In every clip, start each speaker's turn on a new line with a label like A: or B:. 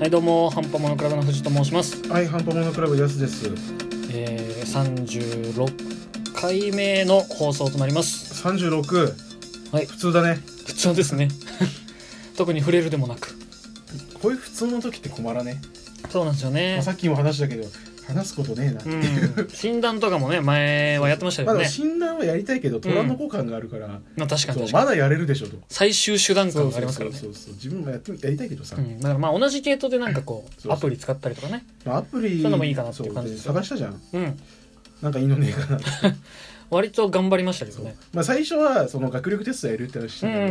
A: はいどうもハンパモノクラブの藤と申します、
B: はい、ハンパモノクラブやすです。
A: えー、36回目の放送となります
B: 三十六。
A: はい
B: 普通だね。
A: 普通ですね 特に触れるでもなく
B: こういう普通の時って困らね。
A: そうなんですよ
B: ま
A: ね
B: あ、さっきも話したけど、話すことねえな。
A: うん診断とかもね前はやってました
B: ま
A: よ
B: だ
A: ね、
B: 診断はやりたいけど、虎の子感があるから。
A: まあ、確かに
B: そう、
A: 確か
B: ま
A: に
B: だやれるでしょと。
A: 最終手段
B: そ
A: 感
B: う
A: があ
B: そ
A: り
B: う
A: ますか
B: そ
A: ら
B: う
A: ね
B: そうそう、自分もやってみ、やりたいけどさ
A: う。ん、だからまあ同じ系統でなんかこ
B: そう
A: う
B: そう
A: アプリ使ったりとかね
B: まあアプリ。
A: そういうのもいいかなっていう感じです
B: そうで探したじゃん。
A: うん
B: なんかいいのねえ かなって。
A: 割と頑張りましたけど
B: そう
A: ね
B: まあ、最初は、その学力テストやるって話し
A: う
B: たんだ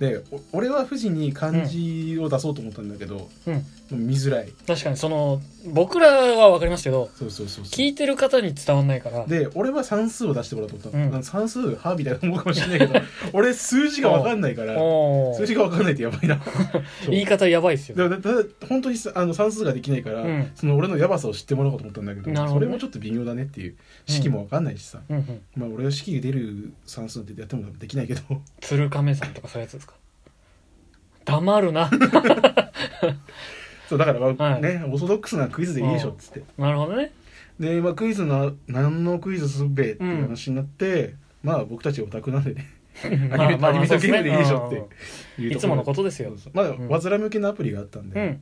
B: けど。
A: ん
B: で、お俺は富士に漢字を出そうと思ったんだけど。も
A: うん
B: う見づらい。
A: 確かにその僕らは分かりますけど
B: そうそうそうそう。
A: 聞いてる方に伝わんないから
B: で俺は算数を出してもらおうと思った
A: う
B: の、
A: ん
B: なんか算数はみたいな思うかもしれない けど俺数字が分かんないから
A: おー
B: 数字が分かんないってや ばいなそう
A: 言い方やばいっすよ
B: だからただ本当にさあの算数ができないから、
A: うん
B: その俺のやばさを知ってもらおうと思ったんだけど
A: なるほど
B: そ
A: ね
B: れもちょっと微妙だねっていう式も分かんないしさ、
A: うんうん
B: まあ俺は式出る算数ってやってもできないけど
A: 鶴亀さんとかそういうやつですか黙る な
B: そうだから、まあ
A: はい
B: ねオーソドックスなクイズでいいでしょっつって、
A: なるほどね
B: で、まあ、クイズの何のクイズすべっていう話になって、まあ僕たちオタクなん でねアニメアニメとゲームでいいでしょって
A: うん
B: いう
A: い
B: と
A: つ
B: ころ
A: ものことですよ
B: そうそうま
A: うん
B: あ、煩い向けのアプリがあったん
A: う
B: で、
A: ん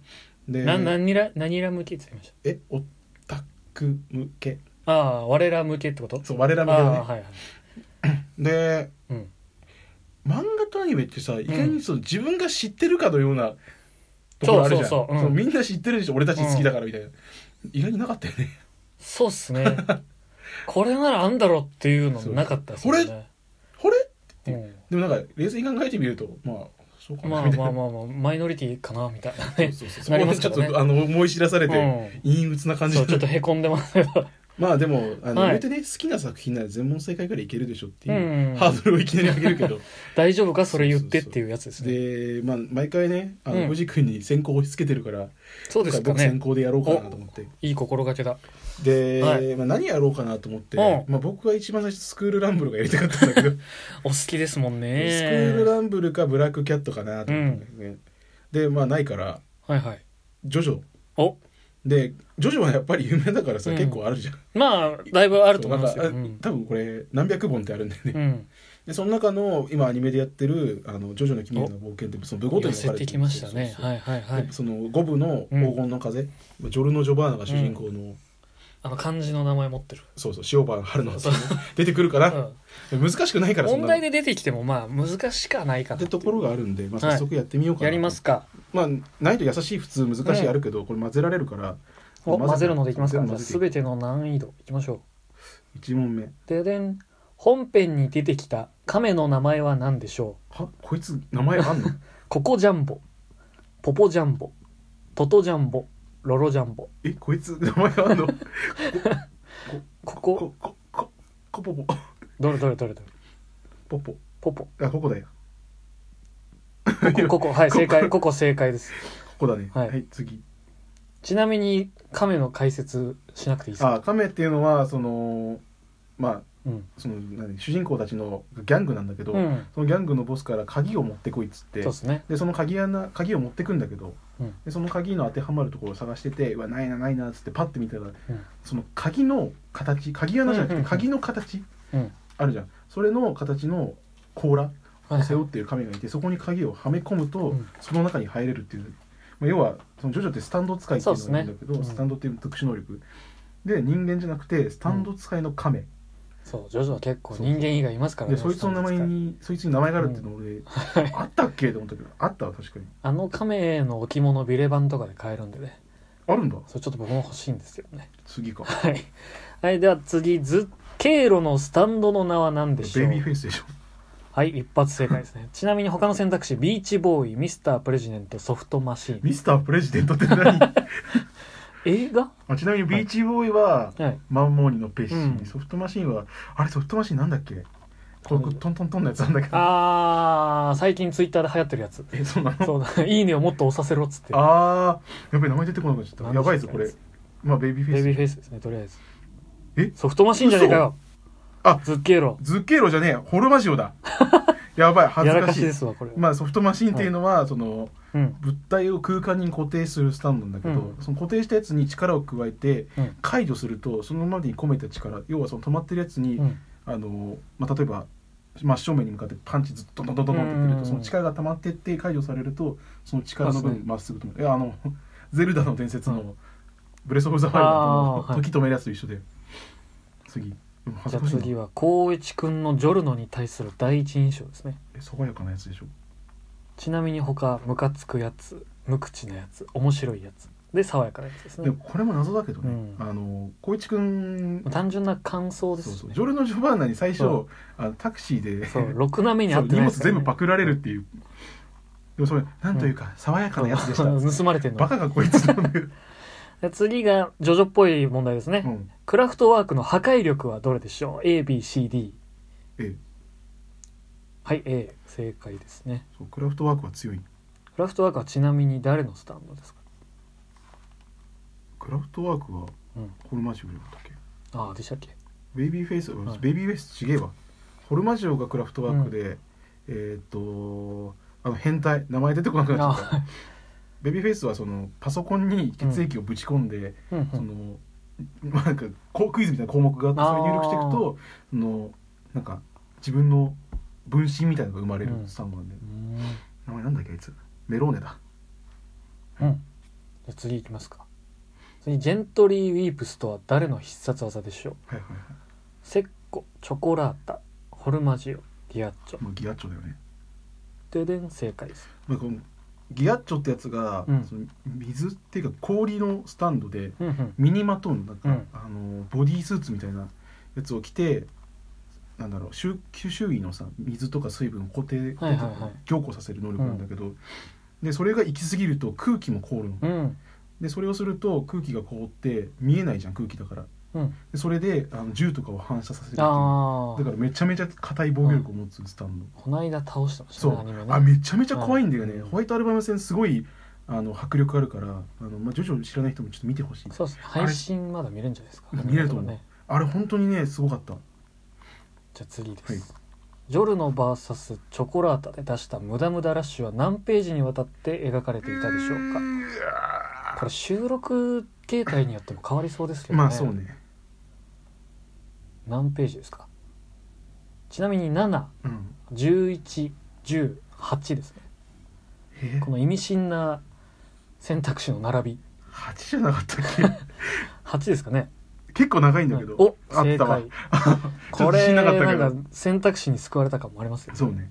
B: で
A: な何ら何ら向けって言いまし
B: えオタク向け
A: たああ我ら向けってこと
B: そう我ら向
A: あ
B: け
A: あ
B: のね
A: はいはい
B: で
A: うん
B: 漫画とアニメってさ意外にそう、自分が知ってるかのようなところあるじゃん
A: そうそうそううん
B: みんな知ってるでしょ俺たち好きだからみたいな、意外になかったよね
A: そうっす ねこれならあんだろっていうのなかったっすよね
B: これ
A: う
B: れでもなんか冷静に考えてみるとまあそうか
A: んまあ
B: なみたいな、
A: まあまあまあマイノリティかなみたいなね
B: そうそうそ
A: な
B: う
A: りま
B: そこ
A: す
B: で
A: か
B: ちょ
A: ら
B: っ
A: ね
B: と、あの思い知らされて、
A: う
B: 陰鬱な感
A: ん
B: じ
A: そ
B: に
A: うちょっとへこんでます けど
B: まあでもあの、
A: はい
B: 言うてね好きな作品なら全問正解からいけるでしょっていうう、
A: ん
B: ハードルをいきなり上げ るけど
A: 大丈夫かそれ言ってっていうやつですね
B: で、まあ、毎回ねあ
A: うん
B: の藤井君に先行押し付けてるから、
A: そうですか
B: 僕先
A: ね
B: 行でやろうかなと思って
A: いい心がけだ
B: で、
A: はい
B: まあ、何やろうかなと思って、
A: う
B: まあ、僕は一番最初スクールランブルがやりたかったんだ けど、
A: お好きですもんね
B: スクールランブルかブラックキャットかなと思ったんだけどね、でまあないから
A: はいはい
B: ジョジョ
A: お
B: でジョジョはやっぱり有名だからさ、
A: うん
B: 結構あるじゃん
A: まあだいぶあると思います
B: そ
A: よ、
B: う
A: う
B: なんか
A: ん
B: あ多分これ何百本ってあるんだよね、
A: うん、
B: でその中の今アニメでやってる「あのジョジョの奇妙な冒険」ってその部ごと
A: 寄
B: に分
A: せ
B: かれ
A: て
B: て
A: きましたね
B: そうそうそう
A: はいはいはい
B: でその五部の黄金の風、ジョルノ・ジョバーナが主人公の、
A: あの漢字の名前持ってる、
B: そうそう塩原春菜さんね出てくるか
A: う
B: ら、
A: ん
B: 難しくないからそん
A: 問
B: な
A: 題で出てきてもまあ難しくはないか
B: っ
A: な
B: てところがあるんで、まあ、早速やってみようかな、
A: やりますか
B: まあないと優しい普通難しいあるけど、これ混ぜられるから
A: お
B: まあ
A: 混ぜるのでいきますか
B: 混
A: じ
B: ぜ
A: ゃあ
B: るのでいい
A: 全ての難易度いきましょ
B: 1問目
A: うででん本編に出てきた亀の名前は何でしょ
B: はこいつ名前 あんの
A: うココジャンボポポジャンボトトジャンボロロジャンボ
B: えこいつ名前あんの
A: ここ
B: こここここポポ
A: どれどれどれどれ
B: ポポ
A: ポポ
B: あここだよ
A: ここここはい
B: ここ
A: 正解ここ正解です
B: ここだね
A: は
B: はいい、次
A: ちなみに亀の解説しなくていいですか
B: あカメっていうのはそのまあ
A: うん、
B: その何主人公たちのギャングなんだけど、
A: うん、
B: そのギャングのボスから鍵を持ってこいっつって
A: そうですね
B: でその鍵穴鍵を持ってくんだけど、
A: うん
B: でその鍵の当てはまるところを探してて「うわないなないな」っつってパッて見たら、その鍵の形鍵穴じ
A: う
B: ゃな
A: ん
B: く
A: うんう
B: て
A: ん
B: 鍵の形、
A: うん
B: あるじゃんそれの形の甲羅
A: はい
B: 背負っている亀がいてそこに鍵をはめ込むと、
A: うん
B: その中に入れるっていう、まあ、要はそのジョジョってスタンド使いっていうのがあるんだけど、
A: そうですねうん
B: スタンドっていう特殊能力で人間じゃなくてスタンド使いの亀、
A: そうジョジョは結構人間以外いますからね
B: でそいつの名前にそいつに名前があるっていうの俺、 あったっけと思ったけどあったわ確かに
A: あの亀の置物ビレ版とかで買えるんでね
B: あるんだ
A: それちょっと僕も欲しいんですけどね
B: 次か
A: はい、はい、では次ズッケーロのスタンドの名は何でし
B: ベ
A: ょ
B: イ
A: う
B: ビーフェイスでしょ
A: はい一発正解ですね ちなみに他の選択肢ビーチボーイミスタープレジデントソフトマシーン
B: ミスタープレジデントっ て何
A: 映画
B: あちなみにビーチボーイは
A: はい
B: マンモーニのペッシー、
A: うん
B: ソフトマシンはあれソフトマシンなんだっけこうこうトントントンのやつなんだけど
A: あー最近ツイッターで流行ってるや つ
B: えそうなの
A: そう だいいねをもっと押させろっつって
B: あーやべえ名前出てこなくなっちゃったやばいぞこ
A: なん
B: れ
A: で
B: まあベイビーフ
A: ベイ
B: ェ
A: ビー
B: イス
A: フェイスですねとりあえず
B: え
A: ソフトマシンじゃねえかよ
B: 嘘あ
A: ズッケーロ
B: ズッケーロ じゃねえホルマジオだやばい恥
A: や
B: ず
A: ら
B: か
A: か
B: し
A: し
B: い
A: ですわこれ、
B: まあソフトマシンっていうのは、その
A: うん
B: 物体を空間に固定するスタンドなんだけど、
A: うん
B: その固定したやつに力を加えて
A: うん
B: 解除するとそのまでに込めた力要はその止まってるやつに、
A: うん
B: あのまあ、例えば真正面に向かってパンチずっとドンドンドンドンってく
A: う
B: る
A: んうんう
B: と
A: ん
B: その力が溜まってって解除されるとその力の
A: そうです
B: 分
A: ね
B: まっすぐ止めるいやあの ゼルダの伝説
A: う
B: の「ブレス・オブ・ザ・ファイア
A: あ
B: の
A: ーはい
B: 時止めるやつと一緒で次うん恥
A: じゃ
B: ず
A: あ
B: かしいな
A: 次は光一くんのジョルノに対する第一印象ですね
B: え爽やかなやつでしょ
A: ちなみに他ムカつくやつ無口なやつ面白いやつで爽やかなやつです
B: で
A: ね
B: もこれも謎だけどね、
A: うん
B: あの光一くん
A: 単純な感想です
B: そう
A: ね
B: そうジョルノ・ジョバンナに最初
A: そう
B: あのタクシーで
A: そうろくな目に
B: そ
A: あ
B: う
A: って
B: 荷
A: ない
B: 物
A: ですから
B: 全
A: ね
B: 部パクられるっていうでもそれなんというか爽やかなやつでした、
A: そう盗まれてんの
B: バカがこいつなん だよ、
A: で次がジョジョっぽい問題ですね、
B: うん、
A: クラフトワークの破壊力はどれでしょう ABCD
B: え
A: はい A 正解ですね
B: そうクラフトワークは強い
A: クラフトワークはちなみに誰のスタンドですか
B: クラフトワークは
A: うん
B: ホルマジオだったっけ
A: ああでしたっけ
B: ベイビーフェイス、
A: はい
B: ベイビーフェイス違えわホルマジオがクラフトワークで、えーっとあの変態名前出てこなくなっちゃった
A: あ
B: ベイビーフェイスはそのパソコンに血液をぶち込んで、
A: うんう
B: そ
A: ん
B: のまあなんかこうクイズみたいな項目があってそれ入力していくとそのなんか自分の分身みたいなのが生まれる
A: うん
B: スタンドなんで、
A: うん
B: 名前なんだっけあいつメローネだ
A: うんじゃあ次いきますか次ジェントリー・ウィープスとは誰の必殺技でしょう
B: はいはいは
A: セッコチョコラータホルマジオギアッチョ
B: いもうギアッチョだよね、
A: ででん正解です
B: まあ、このギアッチョってやつが、
A: うん
B: その水っていうか氷のスタンドで
A: うんうん
B: ミニマトーンなんか、
A: うん
B: あのボディースーツみたいなやつを着てなんだろう周吸収位のさ水とか水分を固定、
A: はいはいはい
B: 凝固させる能力なんだけど、でそれが行き過ぎると空気も凍るの、
A: うん
B: でそれをすると空気が凍って見えないじゃん空気だから
A: うん
B: でそれであの銃とかを反射させるっていう
A: あ
B: だ
A: あ
B: からめちゃめちゃ硬い防御力を持つスタンド、
A: こないだ倒してました
B: そ
A: ねアニメ
B: う
A: ね
B: あめちゃめちゃ怖いんだよね、
A: うん
B: ホワイトアルバム戦すごいあの迫力あるからあの、まあ、徐々に知らない人もちょっと見てほしい
A: そうですね配信まだ見れるんじゃないですか
B: 見れると思う
A: ね
B: あれ本当にねすごかった
A: じゃあ次です、
B: はい
A: ジョルノ VS チョコラータで出した「ムダムダラッシュ」は何ページにわたって描かれていたでしょうかこれ収録形態によっても変わりそうですけどね
B: まあそうね
A: 何ページですかちなみに
B: うん
A: 71118ですね
B: え
A: この意味深な選択肢の並び
B: 8じゃなかったっ
A: 8ですかね
B: け結構長いんだけど、
A: お
B: あっ
A: 正
B: たわ
A: 解
B: ちょ
A: こ
B: っと自
A: れ
B: 信なかったけど
A: なんか選択肢に救われた感もありますよね
B: そうね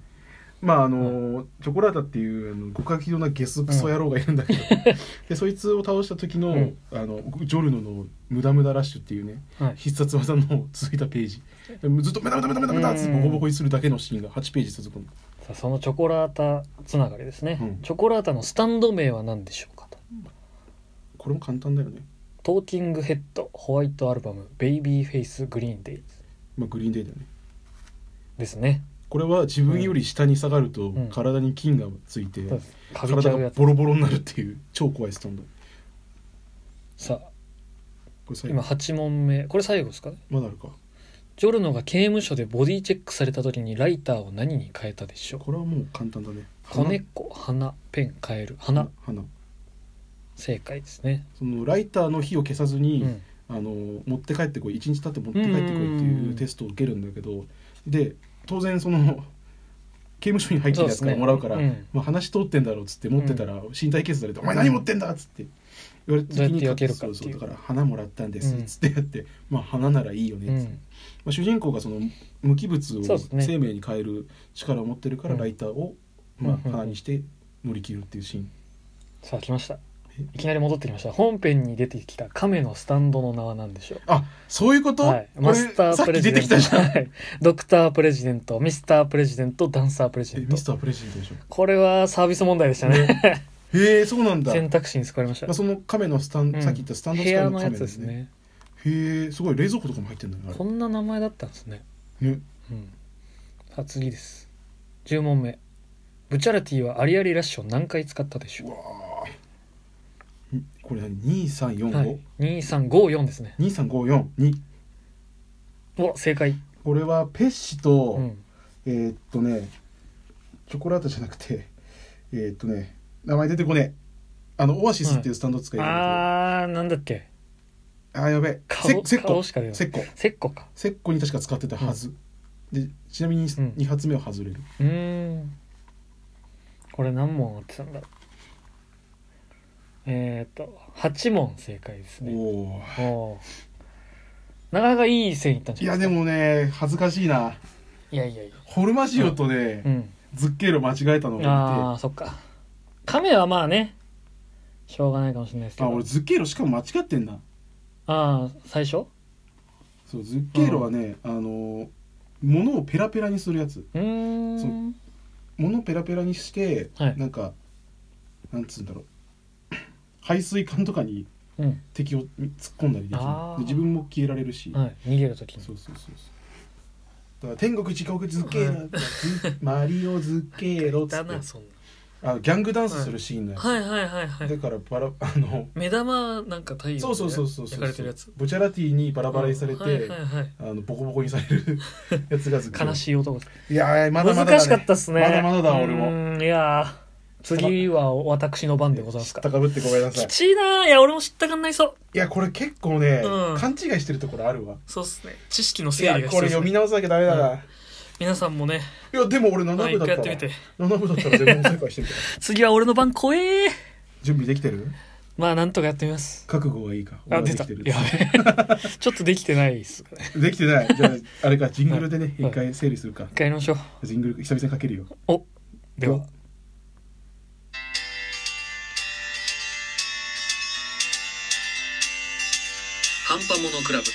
B: まああのチョコラータっていうあの極悪非道なゲスクソ野郎がいるんだ けど、でそいつを倒した時の,、
A: うん
B: あのジョルノの「無駄無駄ラッシュ」っていうね
A: はい
B: 必殺技の続いたページずっと「メダメダメダメダメダ」って
A: うん
B: ボコボコにするだけのシーンが8ページ続くの
A: さあそのチョコラータつながりですね、
B: うん
A: チョコラータのスタンド名は何でしょうかと
B: これも簡単だよね、
A: トーキングヘッドホワイトアルバムベイビーフェイスグリーンデイズ
B: まあ、グリーンデーだよね
A: ですね
B: これは自分より下に下がると
A: うん
B: 体に菌がついて、
A: そうですかびち
B: 体
A: ゃう
B: が
A: やつ
B: ボロボロになるっていう超怖いスタンドこ
A: さあ
B: れ最
A: 今
B: 後
A: 8問目これ最後ですかね
B: まだあるか
A: ジョルノが刑務所でボディチェックされた時にライターを何に変えたでしょう
B: これはもう簡単だね
A: 子猫花ペン変える花
B: 花
A: 正解ですね、
B: そのライターの火を消さず
A: う
B: に、
A: ん、
B: あの持って帰ってこい1日経って持って帰ってこいっていうテストを受けるんだけどで当然その刑務所に入ってるやつからもらうから
A: そうですねうん
B: まあ、話通ってんだろうっつって持ってたら身体検査されて「お前何持ってんだ!」っつって言われた時に
A: どうやって分けるか
B: そ
A: っ
B: う
A: て
B: そ
A: いうう
B: だから「花もらったんです」
A: うん
B: っつってやって「まあ、花ならいいよね」
A: う
B: っつって、
A: ん、
B: まあ、主人公がその無機物を
A: そうですね
B: 生命に変える力を持ってるから
A: うん
B: ライターを、
A: う
B: まあ
A: んうんうん
B: 花にして乗り切るっていうシーン。
A: さあ来ました
B: え
A: いきなり戻ってきました本編に出てきた亀のスタンドの名は何でしょう
B: あそういうこと、
A: はい、
B: こ
A: マ
B: れ
A: スター
B: さっ
A: プレ
B: き
A: ジ
B: 出
A: デ
B: て
A: ン
B: き
A: ト
B: たじゃん。
A: はいドクタープレジデントミスタープレジデントダンサープレジ
B: え
A: デント
B: ミスタープレジデントでしょ。
A: これはサービス問題でしたね
B: へえそうなんだ。
A: 選択肢に救われました、
B: まあ、その亀のスタン、
A: うん
B: さっき言ったスタンド
A: 部
B: 使い
A: 屋
B: の
A: の
B: 亀
A: や
B: で
A: つ
B: すね
A: ですね
B: へえすごい冷蔵庫とかも入ってるんだね
A: こんな名前だったんですね
B: あれね
A: うんさあ次です10問目ブチャラティはありありラッシュを何回使ったでしょ
B: う
A: う
B: わーんこれ何2345、
A: はい、2354ですね
B: 23542
A: お正解、
B: これはペッシと、
A: うん、
B: えーっとねチョコラートじゃなくてえーっとね名前出てこねえあのオアシスっていうスタンド使いあ
A: あーなんだっけ
B: あーやべえ
A: 顔
B: せセッ
A: 顔
B: コ
A: しか出ない
B: セッコ
A: セッコか
B: セッコに確か使ってたはず、でちなみに
A: ん
B: 2発目は外れる、
A: うーんこれ何問あってたんだろうえっ、ー、と8問正解ですね
B: おお
A: おおーなかなかいい線いったん
B: い
A: じゃないで
B: やで
A: すか
B: もね恥ずかしいない
A: やいやいや
B: ホルマジオとね、
A: うん
B: ズッケーロ間違えたのが
A: あ
B: あっ
A: あそっか亀はまあねしょうがないかもしれないです
B: て
A: け
B: あ
A: ど
B: 俺ズッケーロしかも間違ってんな
A: ああ最初
B: そうズッケーロはね、あの物をペラペラにするやつ
A: うー
B: そうん物をペラペラにして、
A: はい
B: なんかなんつうんだろう 排水管とかに
A: うん
B: 敵を突っ込んだりできる
A: あー
B: で自分も消えられるし、
A: はい逃げる時に
B: そうそうそうそうだから天国地獄ズッケーロ、ズ マリオズッケーロっつって
A: そん
B: あのギャングダンスするシーンのやつ、
A: はいはいはいは
B: だからバラあの
A: 目玉なんか太陽
B: そうそうそうそうそ
A: 焼
B: う
A: かれてるやつ
B: ブチャラティにバラバラにされて、
A: はいはいはい
B: あのボコボコにされるやつがずっと
A: 悲しい男です、
B: いやーまだまだだ、ね、
A: 難しかったっすね
B: まだまだだ俺
A: う
B: も
A: ーんいやー次は私の番でございます
B: 知っ
A: か
B: たかぶってごめんなさ
A: き
B: い
A: ちいなーいや俺も知ったかんないそう
B: いやこれ結構ね、
A: うん
B: 勘違いしてるところあるわ
A: そうっすね知識の
B: い
A: 整理
B: や
A: が必
B: こ
A: 要で
B: れ
A: すね
B: 読み直さなきゃダメだな、
A: うん皆さんもね
B: いやでも俺7部だ
A: はい一
B: っ
A: 回
B: た
A: やっ
B: わ
A: てみて
B: 7部だったら全問正解してるから
A: 次は俺の番怖えー
B: 準備できてる
A: まあなんとかやってみます
B: 覚悟がいいか俺
A: あ
B: は
A: 出
B: で
A: た
B: きて
A: や
B: る
A: べえ ちょっとできてないっすね
B: できてないじゃああれかジングルでね
A: うん
B: 一回整理するか
A: 一回やりましょう
B: ジングル久々にかけるよ
A: おでは
C: 半端ものクラブ